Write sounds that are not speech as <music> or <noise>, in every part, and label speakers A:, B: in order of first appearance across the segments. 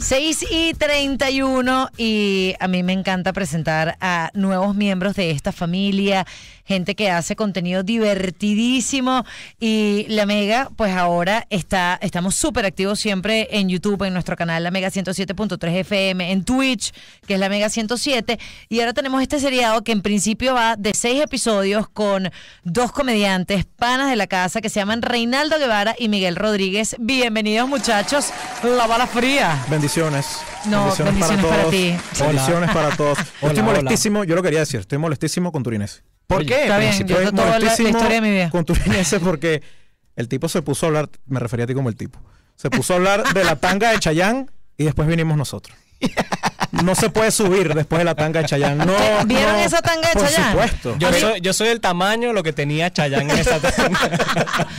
A: 6 y 31 y a mí me encanta presentar a nuevos miembros de esta familia, gente que hace contenido divertidísimo y La Mega pues ahora está, estamos súper activos siempre en YouTube, en nuestro canal La Mega 107.3 FM, en Twitch que es La Mega 107 y ahora tenemos este seriado que en principio va de seis episodios con dos comediantes, panas de la casa que se llaman Reinaldo Guevara y Miguel Rodríguez. Bienvenidos muchachos, la bala fría.
B: Bendiciones.
A: No, bendiciones para
B: todos.
A: ti.
B: Hola. Bendiciones
A: <laughs>
B: para todos.
C: Hola,
B: estoy
C: hola.
B: molestísimo, yo lo quería decir, estoy molestísimo con Turinese.
C: ¿Por
A: qué? Está bien, yo toda
B: Estoy
A: la- la
B: molestísimo
A: historia de mi vida.
B: con Turinese porque el tipo se puso a hablar, me refería a ti como el tipo, se puso a hablar de la tanga de Chayán y después vinimos nosotros. No se puede subir después de la tanga de Chayán. No,
A: ¿Vieron
B: no,
A: esa tanga de
B: por
A: Chayanne?
B: supuesto.
C: Yo soy, yo soy el tamaño lo que tenía Chayanne en esa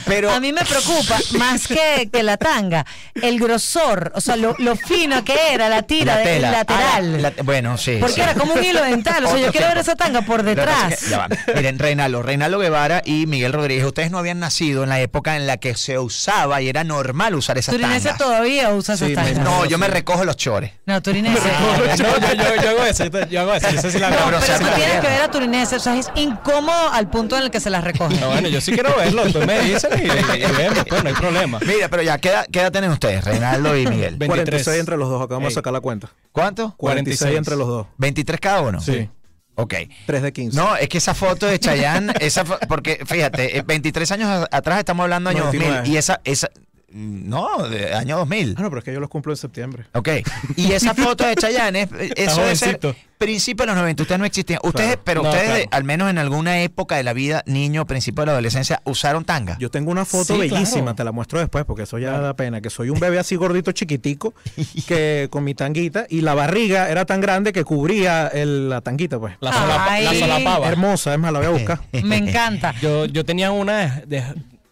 C: Pero
A: a mí me preocupa más que, que la tanga, el grosor, o sea, lo, lo fino que era la tira de- lateral.
D: Ah, la- la- bueno, sí.
A: porque
D: sí.
A: era como un hilo dental, o sea, yo
D: Otro
A: quiero ver
D: tiempo.
A: esa tanga por
D: Lo que pasa
A: detrás.
D: es que- ya va. Miren, Reinaldo, Reinaldo Guevara y Miguel Rodríguez, ustedes no habían nacido en la época en la que se usaba y era normal usar esas
A: Turinese
D: tangas.
A: todavía usa esa
B: Sí, me-
A: tanga.
D: No, yo me recojo los chores.
A: No, Turinese.
C: no, yo, yo, yo hago eso, yo, yo hago eso. Yo sé si la
A: No,
D: pero
A: pero
D: se
A: tú
D: me la
A: tienes que
D: pierdo.
A: ver a Turinese, o sea, es incómodo al punto en el que se las recoge.
C: No, bueno, yo sí quiero verlo, tú me dices y, y- y vemos, pues no hay problema.
D: <laughs> Mira, pero ya, ¿qué edad, qué edad tienen ustedes, Reinaldo y Miguel?
B: 46 entre los dos, acabamos
C: Ey.
B: de sacar la cuenta.
D: ¿Cuánto?
B: 46 entre los dos.
D: ¿23 cada uno?
B: Sí.
D: Ok.
B: 3 de 15.
D: No, es que esa foto
B: <laughs>
D: de Chayanne, esa fo- porque fíjate, eh, 23 años a- atrás estamos hablando año
B: 99.
D: 2000 y esa, esa, mm, no, de año 2000.
B: Ah, no, pero es que yo los cumplo en septiembre.
D: Ok. Y esa foto de Chayanne, es- eso debe ser
C: jovencito.
D: principio de los 90. Ustedes no existían. Ustedes,
B: Claro.
D: pero
C: No,
D: ustedes,
C: claro.
D: al menos en alguna época de la vida, niño, principio de la adolescencia, usaron tanga.
B: Yo tengo una foto
C: Sí,
B: bellísima,
C: claro.
B: te la muestro después porque eso ya da pena, que soy un bebé así gordito chiquitico, que con mi tanguita y la barriga era tan grande que cubría el- la tanguita, pues.
C: La, solapa- la
A: Ay.
C: solapaba.
B: Hermosa, es más, la voy a
C: <laughs>
B: buscar.
D: <laughs>
A: Me encanta.
C: Yo, yo tenía una de de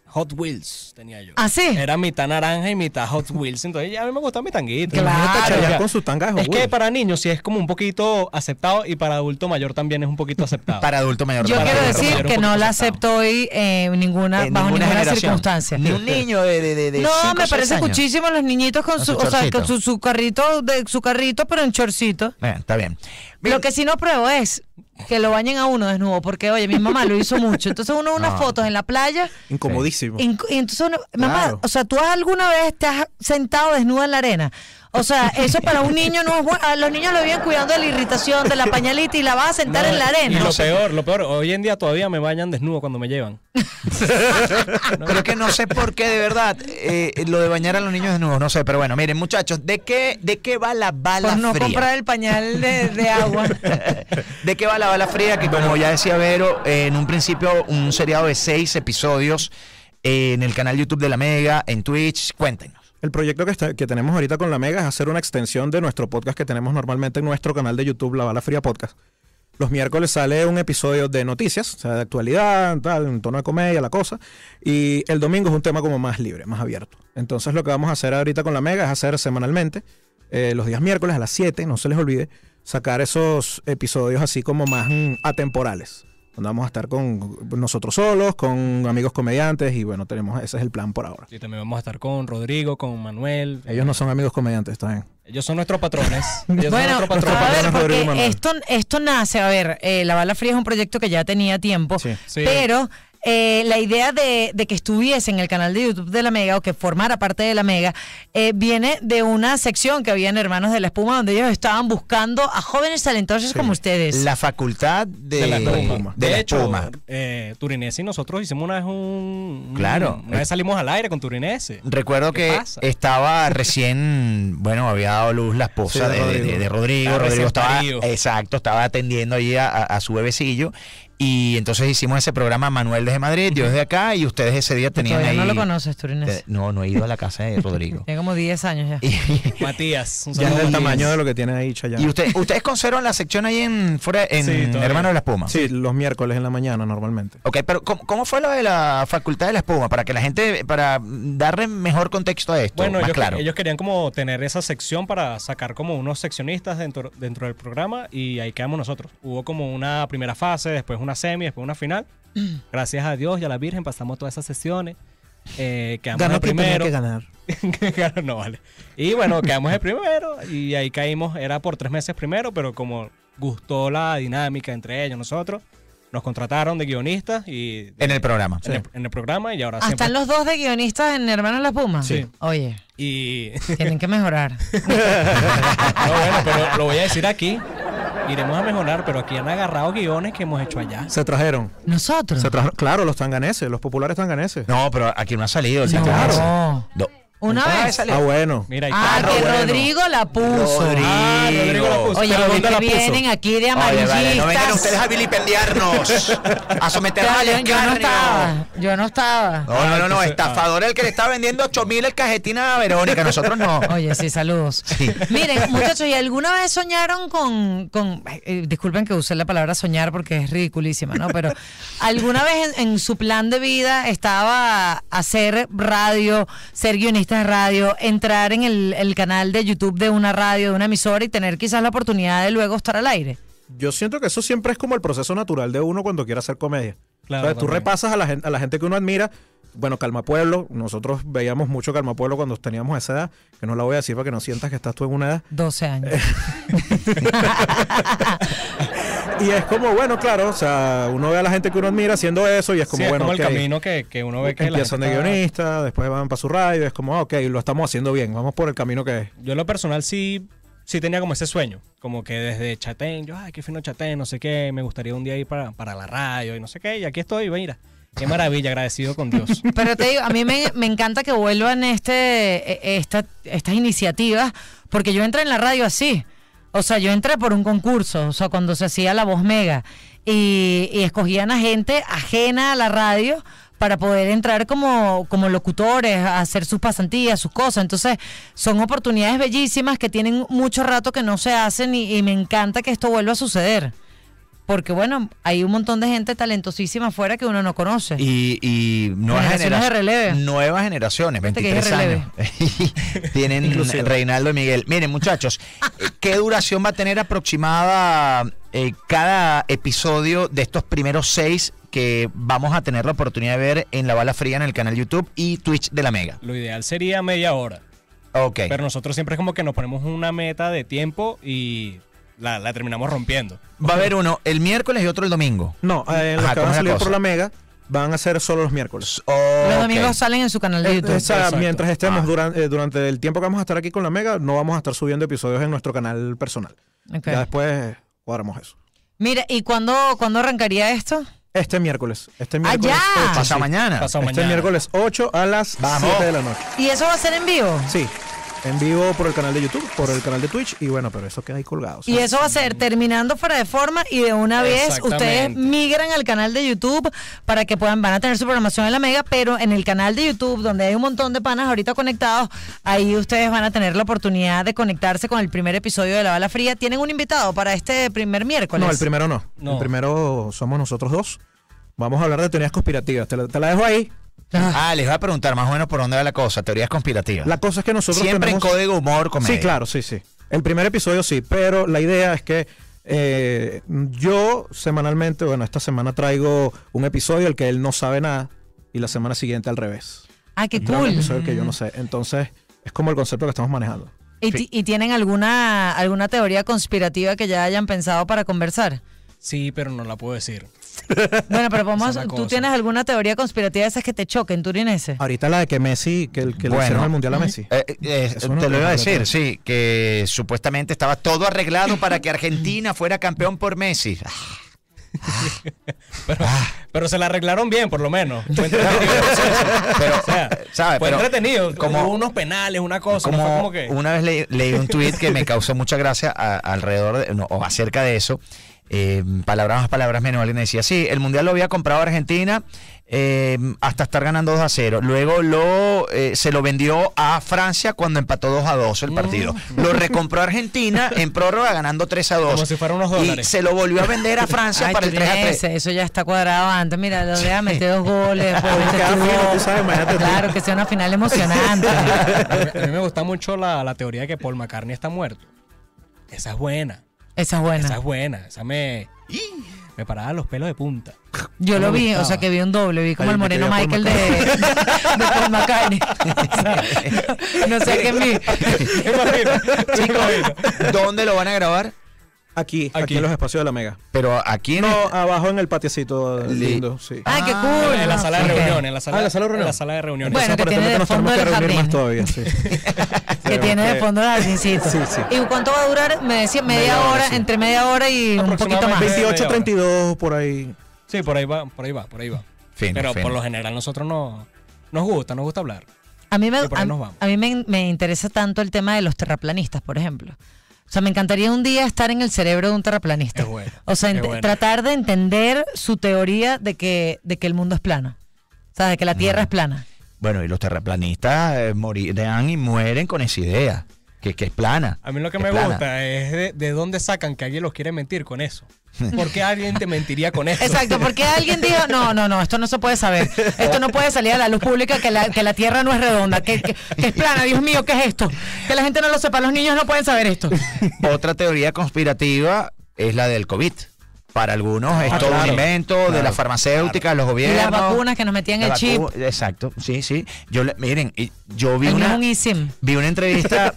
C: Hot Wheels, tenía yo.
A: ¿Ah, sí?
C: Era mitad naranja y mitad Hot Wheels, entonces ya a mí me gustaba mi tanguita.
A: Claro.
B: Imagínate a Chayanne
C: Ya.
B: con su tanga de Hot
C: Es que
B: Wheels.
C: para niños sí es como un poquito aceptado y para adulto mayor también es un poquito aceptado.
D: para adulto mayor.
A: Yo
D: Para
A: quiero
D: adulto
A: decir
D: mayor.
A: que no la acepto hoy eh, ninguna,
D: En
A: bajo ninguna,
D: generación.
A: circunstancia.
D: Ni un niño de. de, de- de
A: No,
D: cinco,
A: me
D: seis
A: parece
D: años.
A: muchísimo los niñitos con
D: Con
A: su,
D: su
A: o sea,
D: chorcito.
A: con su, su carrito, de, su carrito, pero en chorcito.
D: Eh, está bien.
A: Lo que sí no pruebo es que lo bañen a uno desnudo, porque oye, mi mamá lo hizo mucho. Entonces uno ve unas
D: <laughs> No.
A: fotos en la playa.
B: Incomodísimo.
A: inc- y entonces uno- mamá,
B: Claro.
A: o sea, tú alguna vez te has sentado desnuda en la arena. O sea, eso para un niño no es bueno. A Los niños lo viven cuidando de la irritación, de la pañalita y la vas a sentar en la
C: Y
A: arena.
C: lo peor, lo peor, hoy en día todavía me bañan desnudo cuando me llevan.
D: Pero es que no sé por qué, de verdad, eh, lo de bañar a los niños desnudos, no sé. Pero bueno, miren, muchachos, ¿de qué, de qué va la bala
A: Por no
D: fría?
A: comprar el pañal de, de agua.
D: <laughs> ¿De qué va la bala fría? Que como ya decía Vero, eh, en un principio un seriado de seis episodios eh, en el canal YouTube de La Mega, en Twitch, cuéntenos.
B: El proyecto que, está- que tenemos ahorita con la Mega es hacer una extensión de nuestro podcast que tenemos normalmente en nuestro canal de YouTube, La Bala Fría Podcast. Los miércoles sale un episodio de noticias, o sea, de actualidad, tal, en tono de comedia, la cosa. Y el domingo es un tema como más libre, más abierto. Entonces lo que vamos a hacer ahorita con la Mega es hacer semanalmente, eh, los días miércoles a las 7, no se les olvide, sacar esos episodios así como más mm, atemporales. Donde vamos a estar con nosotros solos, con amigos comediantes y bueno, tenemos ese es el plan por ahora.
C: Y también vamos a estar con Rodrigo, con Manuel.
B: Ellos no son amigos comediantes, está bien.
C: Ellos son nuestros patrones.
A: Bueno,
C: Ellos son nuestros
B: nuestro
A: a
C: patrones.
A: ver,
B: patrón es Rodrigo
A: porque
B: Manuel.
A: esto, esto nace, a ver, eh, La Bala Fría es un proyecto que ya tenía tiempo,
B: Sí.
C: Sí.
A: pero eh, la idea de, de que estuviese en el canal de YouTube de La Mega o que formara parte de La Mega eh, viene de una sección que había en Hermanos de la Espuma donde ellos estaban buscando a jóvenes talentosos como ustedes.
D: La facultad de,
C: De la
B: espuma.
D: de
C: De,
D: la
C: hecho,
D: espuma.
C: eh, Turinese y nosotros hicimos una vez un... un-
D: Claro.
C: Una vez salimos al aire con Turinese.
D: Recuerdo
C: ¿Qué
D: que
C: pasa?
D: estaba recién, <laughs> bueno, había dado luz la esposa
B: Sí, de
D: de, de- de- de
B: Rodrigo.
C: Estaba
D: Rodrigo. Rodrigo
C: recién
D: estaba,
C: parido.
D: exacto, estaba atendiendo allí a, a- a su bebecillo. Y entonces hicimos ese programa Manuel desde Madrid, yo desde acá, y ustedes ese día
A: Que
D: tenían
A: Todavía
D: ahí.
A: no lo conoces, Turines.
D: Eh, no, no he ido a la casa de
C: <laughs>
D: Rodrigo.
A: Tiene como 10 años ya.
D: Y-
C: Matías. Un
B: Ya es del
C: saludo a Matías.
B: tamaño de lo que tiene ahí Chayanne.
D: Y usted, ustedes conservan la sección ahí en fuera en
C: Sí, todavía.
D: Hermano de la Espuma.
B: Sí, los miércoles en la mañana normalmente.
D: Ok, pero ¿cómo, cómo fue lo de la Facultad de la Espuma? Para que la gente, para darle mejor contexto a esto,
C: Bueno,
D: más
C: ellos,
D: claro.
C: ellos querían como tener esa sección para sacar como unos seccionistas dentro, dentro del programa y ahí quedamos nosotros. Hubo como una primera fase, después una semi, después una final. Gracias a Dios y a la Virgen pasamos todas esas sesiones. Eh, quedamos en
B: Ganó
C: el
B: quien tenía
C: primero.
B: que ganar.
C: <laughs> claro, no vale. Y bueno, quedamos el primero y ahí caímos, era por tres meses primero, pero como gustó la dinámica entre ellos, nosotros, nos contrataron de guionistas y
D: En el programa.
C: en, el, en el programa y ahora
A: Ah,
C: siempre.
A: están los dos de guionistas en Hermanos La Puma.
C: Sí.
A: Oye,
C: Y <laughs>
A: tienen que mejorar.
C: no, bueno, pero lo voy a decir aquí. Iremos a mejorar, pero aquí han agarrado guiones que hemos hecho allá.
B: Se trajeron.
A: Nosotros.
B: Se trajeron. Claro, los tanganeses, los populares tanganeses.
D: No, pero aquí no ha salido. el
A: No.
D: Tanganeses.
A: No.
D: No.
A: Una
D: Ah,
A: vez.
D: sale-
B: Ah, bueno.
C: Mira, ahí
A: Ah,
C: está.
A: que
D: bueno.
A: Rodrigo la puso.
D: Rodrigo.
C: Ah, Rodrigo la
D: Pues,
C: puso.
A: Oye,
B: Pero
A: ¿viste
B: ¿dónde la puso?
A: vienen aquí de
D: Oye,
A: amarillistas.
D: vale, no vengan ustedes a vilipendiarnos,
A: <laughs>
D: a someternos
A: Claro,
D: al
A: yo, yo no
D: escarnio.
A: estaba. Yo no estaba.
D: No, no, no, no, estafador el que le está vendiendo 8 mil el cajetín a Verónica, nosotros
A: <laughs>
D: no.
A: Oye, sí, saludos.
D: <laughs> Sí.
A: Miren, muchachos, ¿y alguna vez soñaron con... con ay, eh, disculpen que usé la palabra soñar porque es ridiculísima, ¿no? Pero ¿alguna vez en, en su plan de vida estaba hacer radio, ser guionista de radio, entrar en el, el canal de YouTube de una radio, de una emisora y tener quizás la oportunidad de luego estar al aire?
B: Yo siento que eso siempre es como el proceso natural de uno cuando quiere hacer comedia.
C: Claro,
B: O sea, tú
C: también.
B: repasas a la, gente, a la gente que uno admira. Bueno, Calma Pueblo, nosotros veíamos mucho Calma Pueblo cuando teníamos esa edad, que no la voy a decir para que no sientas que estás tú en una edad.
A: 12
D: <laughs>
A: años.
B: Y es como, bueno, claro, o sea, uno ve a la gente que uno admira haciendo eso y es como,
C: Sí, es
B: bueno,
C: como el
B: ok,
C: camino que, que uno ve que la
B: empiezan de
C: gente está-
B: guionista, después van para su radio, es como, ah, ok, lo estamos haciendo bien, vamos por el camino que es.
C: Yo en lo personal sí, sí tenía como ese sueño. Como que desde Chatén, yo, ay, qué fino Chatén, no sé qué, me gustaría un día ir para, para la radio y no sé qué. Y aquí estoy, mira. Qué maravilla, agradecido con
D: <laughs>
C: Dios.
A: Pero te digo, a mí me, me encanta que vuelvan este, eh, esta- estas iniciativas, porque yo entré en la radio así. O sea, yo entré por un concurso, o sea, cuando se hacía La Voz Mega. Y, y escogían a gente ajena a la radio para poder entrar como, como locutores, a hacer sus pasantías, sus cosas. Entonces, son oportunidades bellísimas que tienen mucho rato que no se hacen y- y me encanta que esto vuelva a suceder. Porque, bueno, hay un montón de gente talentosísima afuera que uno no conoce.
D: Y, y nuevas
A: Generaciones de
D: generaciones.
A: releve.
D: Nuevas generaciones,
A: Este que es
D: 23 años. <laughs> Tienen
B: Inclusive.
D: Reinaldo y Miguel. Miren, muchachos, ¿qué duración va a tener aproximada eh, cada episodio de estos primeros seis que vamos a tener la oportunidad de ver en La Bala Fría en el canal YouTube y Twitch de la Mega?
C: Lo ideal sería media hora.
D: Ok.
C: Pero nosotros siempre es como que nos ponemos una meta de tiempo y la, la terminamos rompiendo.
D: Va a haber uno el miércoles y otro el domingo.
B: No, eh, los
D: Ajá,
B: que van a
D: ¿cómo es la
B: salir
D: cosa?
B: por la mega van a ser solo los miércoles.
D: Ok.
B: Ah,
A: Los domingos salen en su canal de YouTube.
B: O sea,
C: Exacto.
B: mientras estemos
D: Ah.
B: duran- eh, durante, el tiempo que vamos a estar aquí con la Mega, no vamos a estar subiendo episodios en nuestro canal personal.
A: Ok.
B: Ya después cuadramos eso.
A: Mira, ¿y cuándo, cuándo arrancaría esto?
B: Este miércoles. Este
A: ¡Ah,
B: miércoles.
A: ya!
B: ocho,
D: Pasado
B: sí.
D: mañana.
C: Pasado
B: Este
C: mañana.
B: miércoles 8 a las
D: Vamos.
B: 7 de la noche.
A: ¿Y eso va a ser en vivo?
B: Sí. En vivo por el canal de YouTube, por el canal de Twitch. Y bueno, pero eso queda ahí colgado. o sea.
A: Y eso va a ser terminando fuera de forma y de una vez
C: Exactamente.
A: ustedes migran al canal de YouTube para que puedan, van a tener su programación en la Mega, pero en el canal de YouTube donde hay un montón de panas ahorita conectados, ahí ustedes van a tener la oportunidad de conectarse con el primer episodio de La Bala Fría. ¿Tienen un invitado para este primer miércoles?
B: No, el primero no.
C: No.
B: El primero somos nosotros dos. Vamos a hablar de teorías conspirativas. Te la, te la dejo ahí.
A: Ah,
D: Ah, les voy a preguntar más o menos por dónde va la cosa, teorías conspirativas.
B: La cosa es que nosotros
D: Siempre
B: tenemos...
D: en código humor, comedia.
B: Sí, claro, sí, sí. El primer episodio sí, pero la idea es que eh, yo semanalmente, bueno, esta semana traigo un episodio el que él no sabe nada y la semana siguiente al revés.
A: ah, qué
B: Traigo Un
A: cool.
B: episodio que yo no sé. Entonces, es como el concepto que estamos manejando.
A: ¿Y,
B: Sí.
A: ti- y tienen alguna, alguna teoría conspirativa que ya hayan pensado para conversar?
C: Sí, pero no la puedo decir. <laughs>
A: Bueno, pero
C: Esa es
A: vamos,
C: la
A: ¿tú
C: cosa.
A: tienes alguna teoría conspirativa de esas que te choquen, turinense?
B: Ahorita la de que Messi, que, el, que
D: Bueno.
B: le hicieron el mundial a Messi.
D: Eh, eh,
B: Eso no
D: te lo
B: lo
D: iba a
B: tengo
D: decir,
B: claro.
D: sí, que supuestamente estaba todo arreglado para
C: <laughs>
D: que Argentina fuera campeón por Messi. Ah,
C: Pero, pero se la arreglaron bien, por lo menos.
D: <laughs>
C: Fue entretenido.
D: Pero,
C: O sea,
D: ¿sabe?
C: fue
D: Pero
C: entretenido.
D: como-
C: Hubo unos penales, una cosa. no
D: como,
C: fue como que...
D: una vez leí, leí un tuit
C: <laughs>
D: que me causó mucha gracia a- alrededor de- no, o acerca de eso. eh, palabras más, palabras menos. Alguien decía, sí, el Mundial lo había comprado Argentina eh, hasta estar ganando 2 a 0. Luego lo, eh, se lo vendió a Francia cuando empató 2 a 2 el partido. Lo recompró Argentina en prórroga ganando 3 a 2.
C: Mm. Como si fueran unos
D: Y
C: dólares.
D: se lo volvió a
C: <laughs>
D: vender a Francia
A: Ay,
D: para el 3 a 3.
A: turinense, eso ya está cuadrado antes. Mira, lo deja meter dos goles, después
B: Oye,
A: meter
B: cada
A: tu
B: uno,
A: gol.
B: tú sabes, imagínate tú.
A: Claro, que sea una final emocionante.
C: A mí- a mí me gusta mucho la, la teoría de que Paul McCartney está muerto. Esa es buena.
A: Esa es buena.
C: Esa es buena. Esa me. Me paraba los pelos
A: <laughs>
C: de punta.
A: Yo
C: No
A: lo
C: me
A: vi, o
C: gustaba.
A: sea que vi un doble, vi como
B: Ahí
A: el
B: me
A: moreno
B: quedé por
A: Michael de, <laughs> de Paul McCartney. no sé qué mí.
C: Me imagino, me
D: <laughs>
C: imagino.
D: ¿Dónde lo van a grabar?
B: Aquí, aquí,
C: Aquí.
B: en los espacios de la mega.
D: Pero aquí en
B: No,
A: ah.
D: el-
B: abajo en el patiecito
D: Li-
B: lindo, sí.
A: Ay, qué cool.
C: En la sala de
A: Ok.
C: reunión, en la sala,
B: Ah, la sala de
C: en
B: reunión.
C: la sala de reuniones.
A: Bueno, que tiene de
B: nos
A: fondo
B: tenemos que
A: el
B: reunir
A: jardín.
B: más todavía, sí.
A: <laughs> Que tiene de fondo el jardincito.
B: Sí, sí.
A: ¿Y cuánto va a durar? Me decía media,
B: Media hora,
A: hora,
B: sí.
A: entre media hora y un poquito más.
C: Aproximadamente.
B: 28, 32, por ahí.
C: Sí, por ahí va, por ahí va, por ahí va.
D: Fino,
C: Pero
D: fino.
C: por lo general nosotros no nos gusta, nos gusta hablar.
A: A mí, me,
C: Y por ahí
A: a-
C: nos vamos.
A: a mí me, me interesa tanto el tema de los terraplanistas, por ejemplo. O sea, me encantaría un día estar en el cerebro de un terraplanista.
C: Es bueno,
A: o sea,
C: es
A: ent-
C: bueno.
A: tratar de entender su teoría de que, de que el mundo es plano. O sea, de que la Tierra es plana.
D: Bueno, y los terraplanistas eh, morirán y mueren con esa idea, que, que es plana.
C: A mí lo que
D: es
C: me
D: plana.
C: gusta es de, de dónde sacan que alguien los quiere mentir con eso. ¿Por qué alguien te mentiría con eso? <laughs>
A: Exacto, porque alguien dijo, no, no, no, esto no se puede saber. Esto no puede salir a la luz pública que la, que la Tierra no es redonda, que, que- que es plana. Dios mío, ¿qué es esto? Que la gente no lo sepa, los niños no pueden saber esto.
D: <laughs> Otra teoría conspirativa es la del COVID. Para algunos es
C: Ah,
D: todo un
B: claro,
D: invento de las farmacéuticas, los
A: Y las
D: gobiernos.
A: vacunas que nos metían el
D: la
A: chip.
D: vacu- Exacto, sí, sí. Yo le- miren, y yo vi
A: El mío es
D: una
A: un eSIM.
D: vi
A: <laughs>
D: una entrevista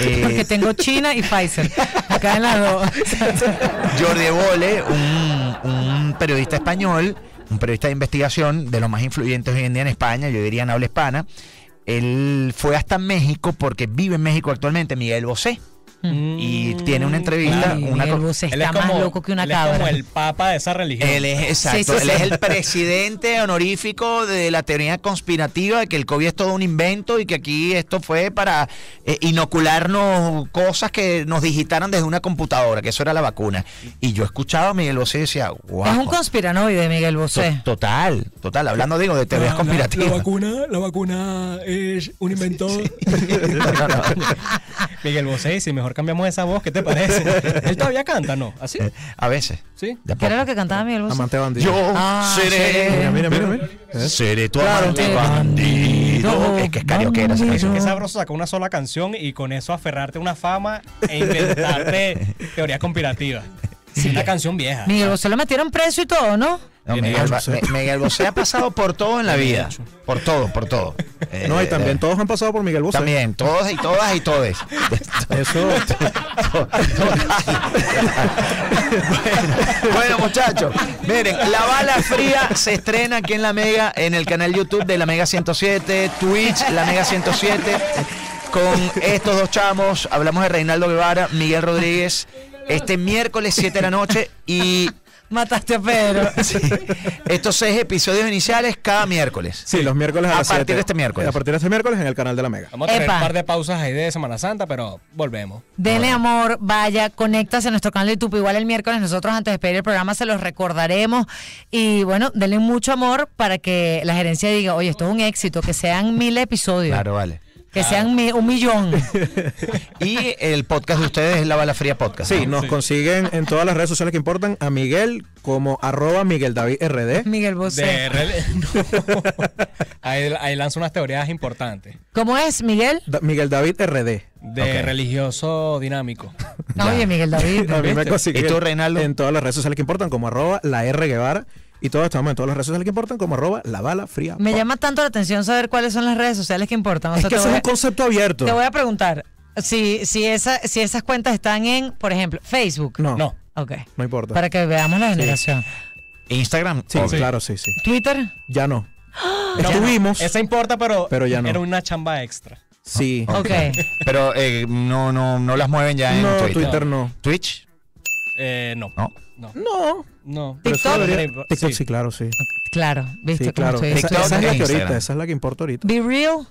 D: eh,
A: Porque tengo China y Pfizer. Acá en las dos.
D: Jordi Evole, un, un periodista español, un periodista de investigación de los más influyentes hoy en día en España, yo diría en habla hispana, él fue hasta México porque vive en México actualmente Miguel Bosé y tiene una entrevista,
A: Ay,
D: una
A: Miguel
D: co-
A: Bosé
C: Mm. Él es
A: está más
C: como-
A: loco que una
C: él es como
A: cabra.
C: el papa de esa religión.
D: Él es, exacto,
A: Sí, sí, sí.
D: él es el presidente honorífico de la teoría conspirativa de que el COVID es todo un invento y que aquí esto fue para eh, inocularnos cosas que nos digitaran desde una computadora, que eso era la vacuna. Y yo escuchaba a Miguel Bosé y decía, wow.
A: Es un conspiranoide, Miguel Bosé.
D: Total, total, hablando digo de teorías conspirativas.
C: vacuna, la vacuna es un invento.
D: No, no, no.
C: <laughs> Miguel Bosé, si mejor cambiamos esa voz, ¿qué te parece? Él todavía canta, ¿no? ¿Así?
D: A veces.
C: ¿Sí?
D: de a
A: ¿Qué era lo
D: poco.
A: que cantaba Miguel Bosé?
B: Amante bandido.
D: Yo
A: Ah,
D: seré,
B: Mira, mira, mira. mira. ¿Eh?
D: seré tu
B: Claro.
D: amante bandido. Es que es carioquera esa
A: Bandido.
D: canción.
C: Qué sabroso sacar una sola canción y con eso aferrarte a una fama e inventarte teorías conspirativas. Es una canción vieja.
A: Miguel Bosé lo metieron preso y todo, ¿no?
D: No,
C: Tiene
D: Miguel,
C: ocho,
D: Ba-
B: sí.
D: Me- Miguel Bosé ha pasado por todo en la
C: Tiene
D: vida.
C: ocho.
D: Por todo, por todo.
B: No, y
D: Eh,
B: también todos eh. han pasado por Miguel Bosé.
D: También, todos y todas y todes.
B: <laughs> Eso.
D: bueno, bueno, muchachos, miren, La Bala Fría se estrena aquí en La Mega, en el canal YouTube de La Mega 107, Twitch La Mega 107, con estos dos chamos, hablamos de Reinaldo Guevara, Miguel Rodríguez, este miércoles 7 de la noche y
A: Mataste a
C: <laughs>
A: Pedro.
D: estos seis episodios iniciales cada miércoles.
B: Sí, los miércoles a,
D: A
B: las
D: partir
B: siete.
D: de este miércoles.
B: A partir de este miércoles en el canal de la Mega.
C: Vamos a tener
A: Epa.
C: un par de pausas ahí de Semana Santa, pero volvemos.
A: Dele amor, vaya, conéctase a nuestro canal de YouTube. Igual el miércoles nosotros antes de pedir el programa se los recordaremos. Y bueno, denle mucho amor para que la gerencia diga, oye, esto es un éxito, que sean mil episodios.
D: Claro, vale.
A: Que sean mi- un
C: <laughs>
A: millón.
D: Y el podcast de ustedes es La Bala Fría Podcast.
B: Sí,
D: ¿no?
B: nos consiguen en todas las redes sociales que importan a Miguel como arroba Miguel David RD.
A: Miguel Bosé.
C: De rel- <laughs> No. ahí, ahí lanza unas teorías importantes.
A: ¿Cómo es, Miguel?
B: Da- Miguel David RD.
C: De
D: Ok.
C: religioso dinámico.
A: No, oye, Miguel
C: <laughs>
A: David.
B: A mí me
C: ¿Viste?
B: consiguen
D: ¿Y tú, Reinaldo?
B: en todas las redes sociales que importan como arroba la R Guevara. Y todos estamos en todas las redes sociales que importan como arroba la bala fría.
A: Me
B: Pop.
A: llama tanto la atención saber cuáles son las redes sociales que importan. O sea,
B: es que
A: te
B: eso es
A: voy
B: un
A: a-
B: concepto abierto.
A: Te voy a preguntar si, si, esa, si esas cuentas están en, por ejemplo, Facebook.
B: No, no,
C: No.
A: Ok.
B: importa.
A: Para que veamos la generación.
D: Instagram.
B: Sí,
D: obvio.
B: claro, sí, sí.
A: Twitter.
B: Ya no.
C: No,
B: Estuvimos.
C: Esa importa, pero,
B: Pero ya no.
C: era una chamba extra.
B: Sí.
A: Ok.
D: Pero eh, no, no, no las mueven ya en
B: No,
D: Twitter.
B: Twitter no.
D: Twitch,
C: Eh, no.
D: ¿no?
C: No.
B: No.
C: no.
B: Pero eso
A: TikTok.
B: debería- TikTok, sí,
C: Sí.
B: claro, sí.
A: Claro, viste cómo
B: Sí, claro.
A: estoy.
B: Esa,
D: TikTok
B: esa es
D: e
B: la que ahorita,
D: Instagram.
B: esa es la que importa ahorita.
A: Be real.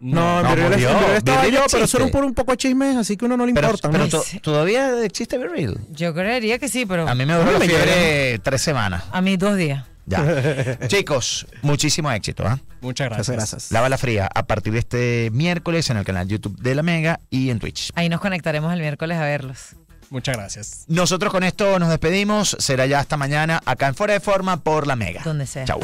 B: No, en
D: No,
B: Virreal
D: murió.
B: en Virreal estaba
D: Virreal
B: yo, pero eso era un,
D: existe.
B: por un poco de chismes, así que uno no le
D: Pero,
B: importa.
D: pero
B: ¿no?
D: to-
A: Sí.
D: todavía existe Be Real.
A: Yo creería que sí, pero
D: A mí me duró
B: No
D: la
B: me
D: fiebre tres semanas.
A: a mí dos días.
D: Ya.
B: <laughs>
D: Chicos, muchísimo éxito. ¿ah?
C: Muchas gracias.
B: Muchas gracias.
D: La bala fría a partir de este miércoles en el canal YouTube de La Mega y en Twitch.
A: Ahí nos conectaremos el miércoles a verlos.
C: Muchas gracias.
D: Nosotros con esto nos despedimos. Será ya hasta mañana acá en Fuera de Forma por La Mega.
A: Donde sea.
D: Chau.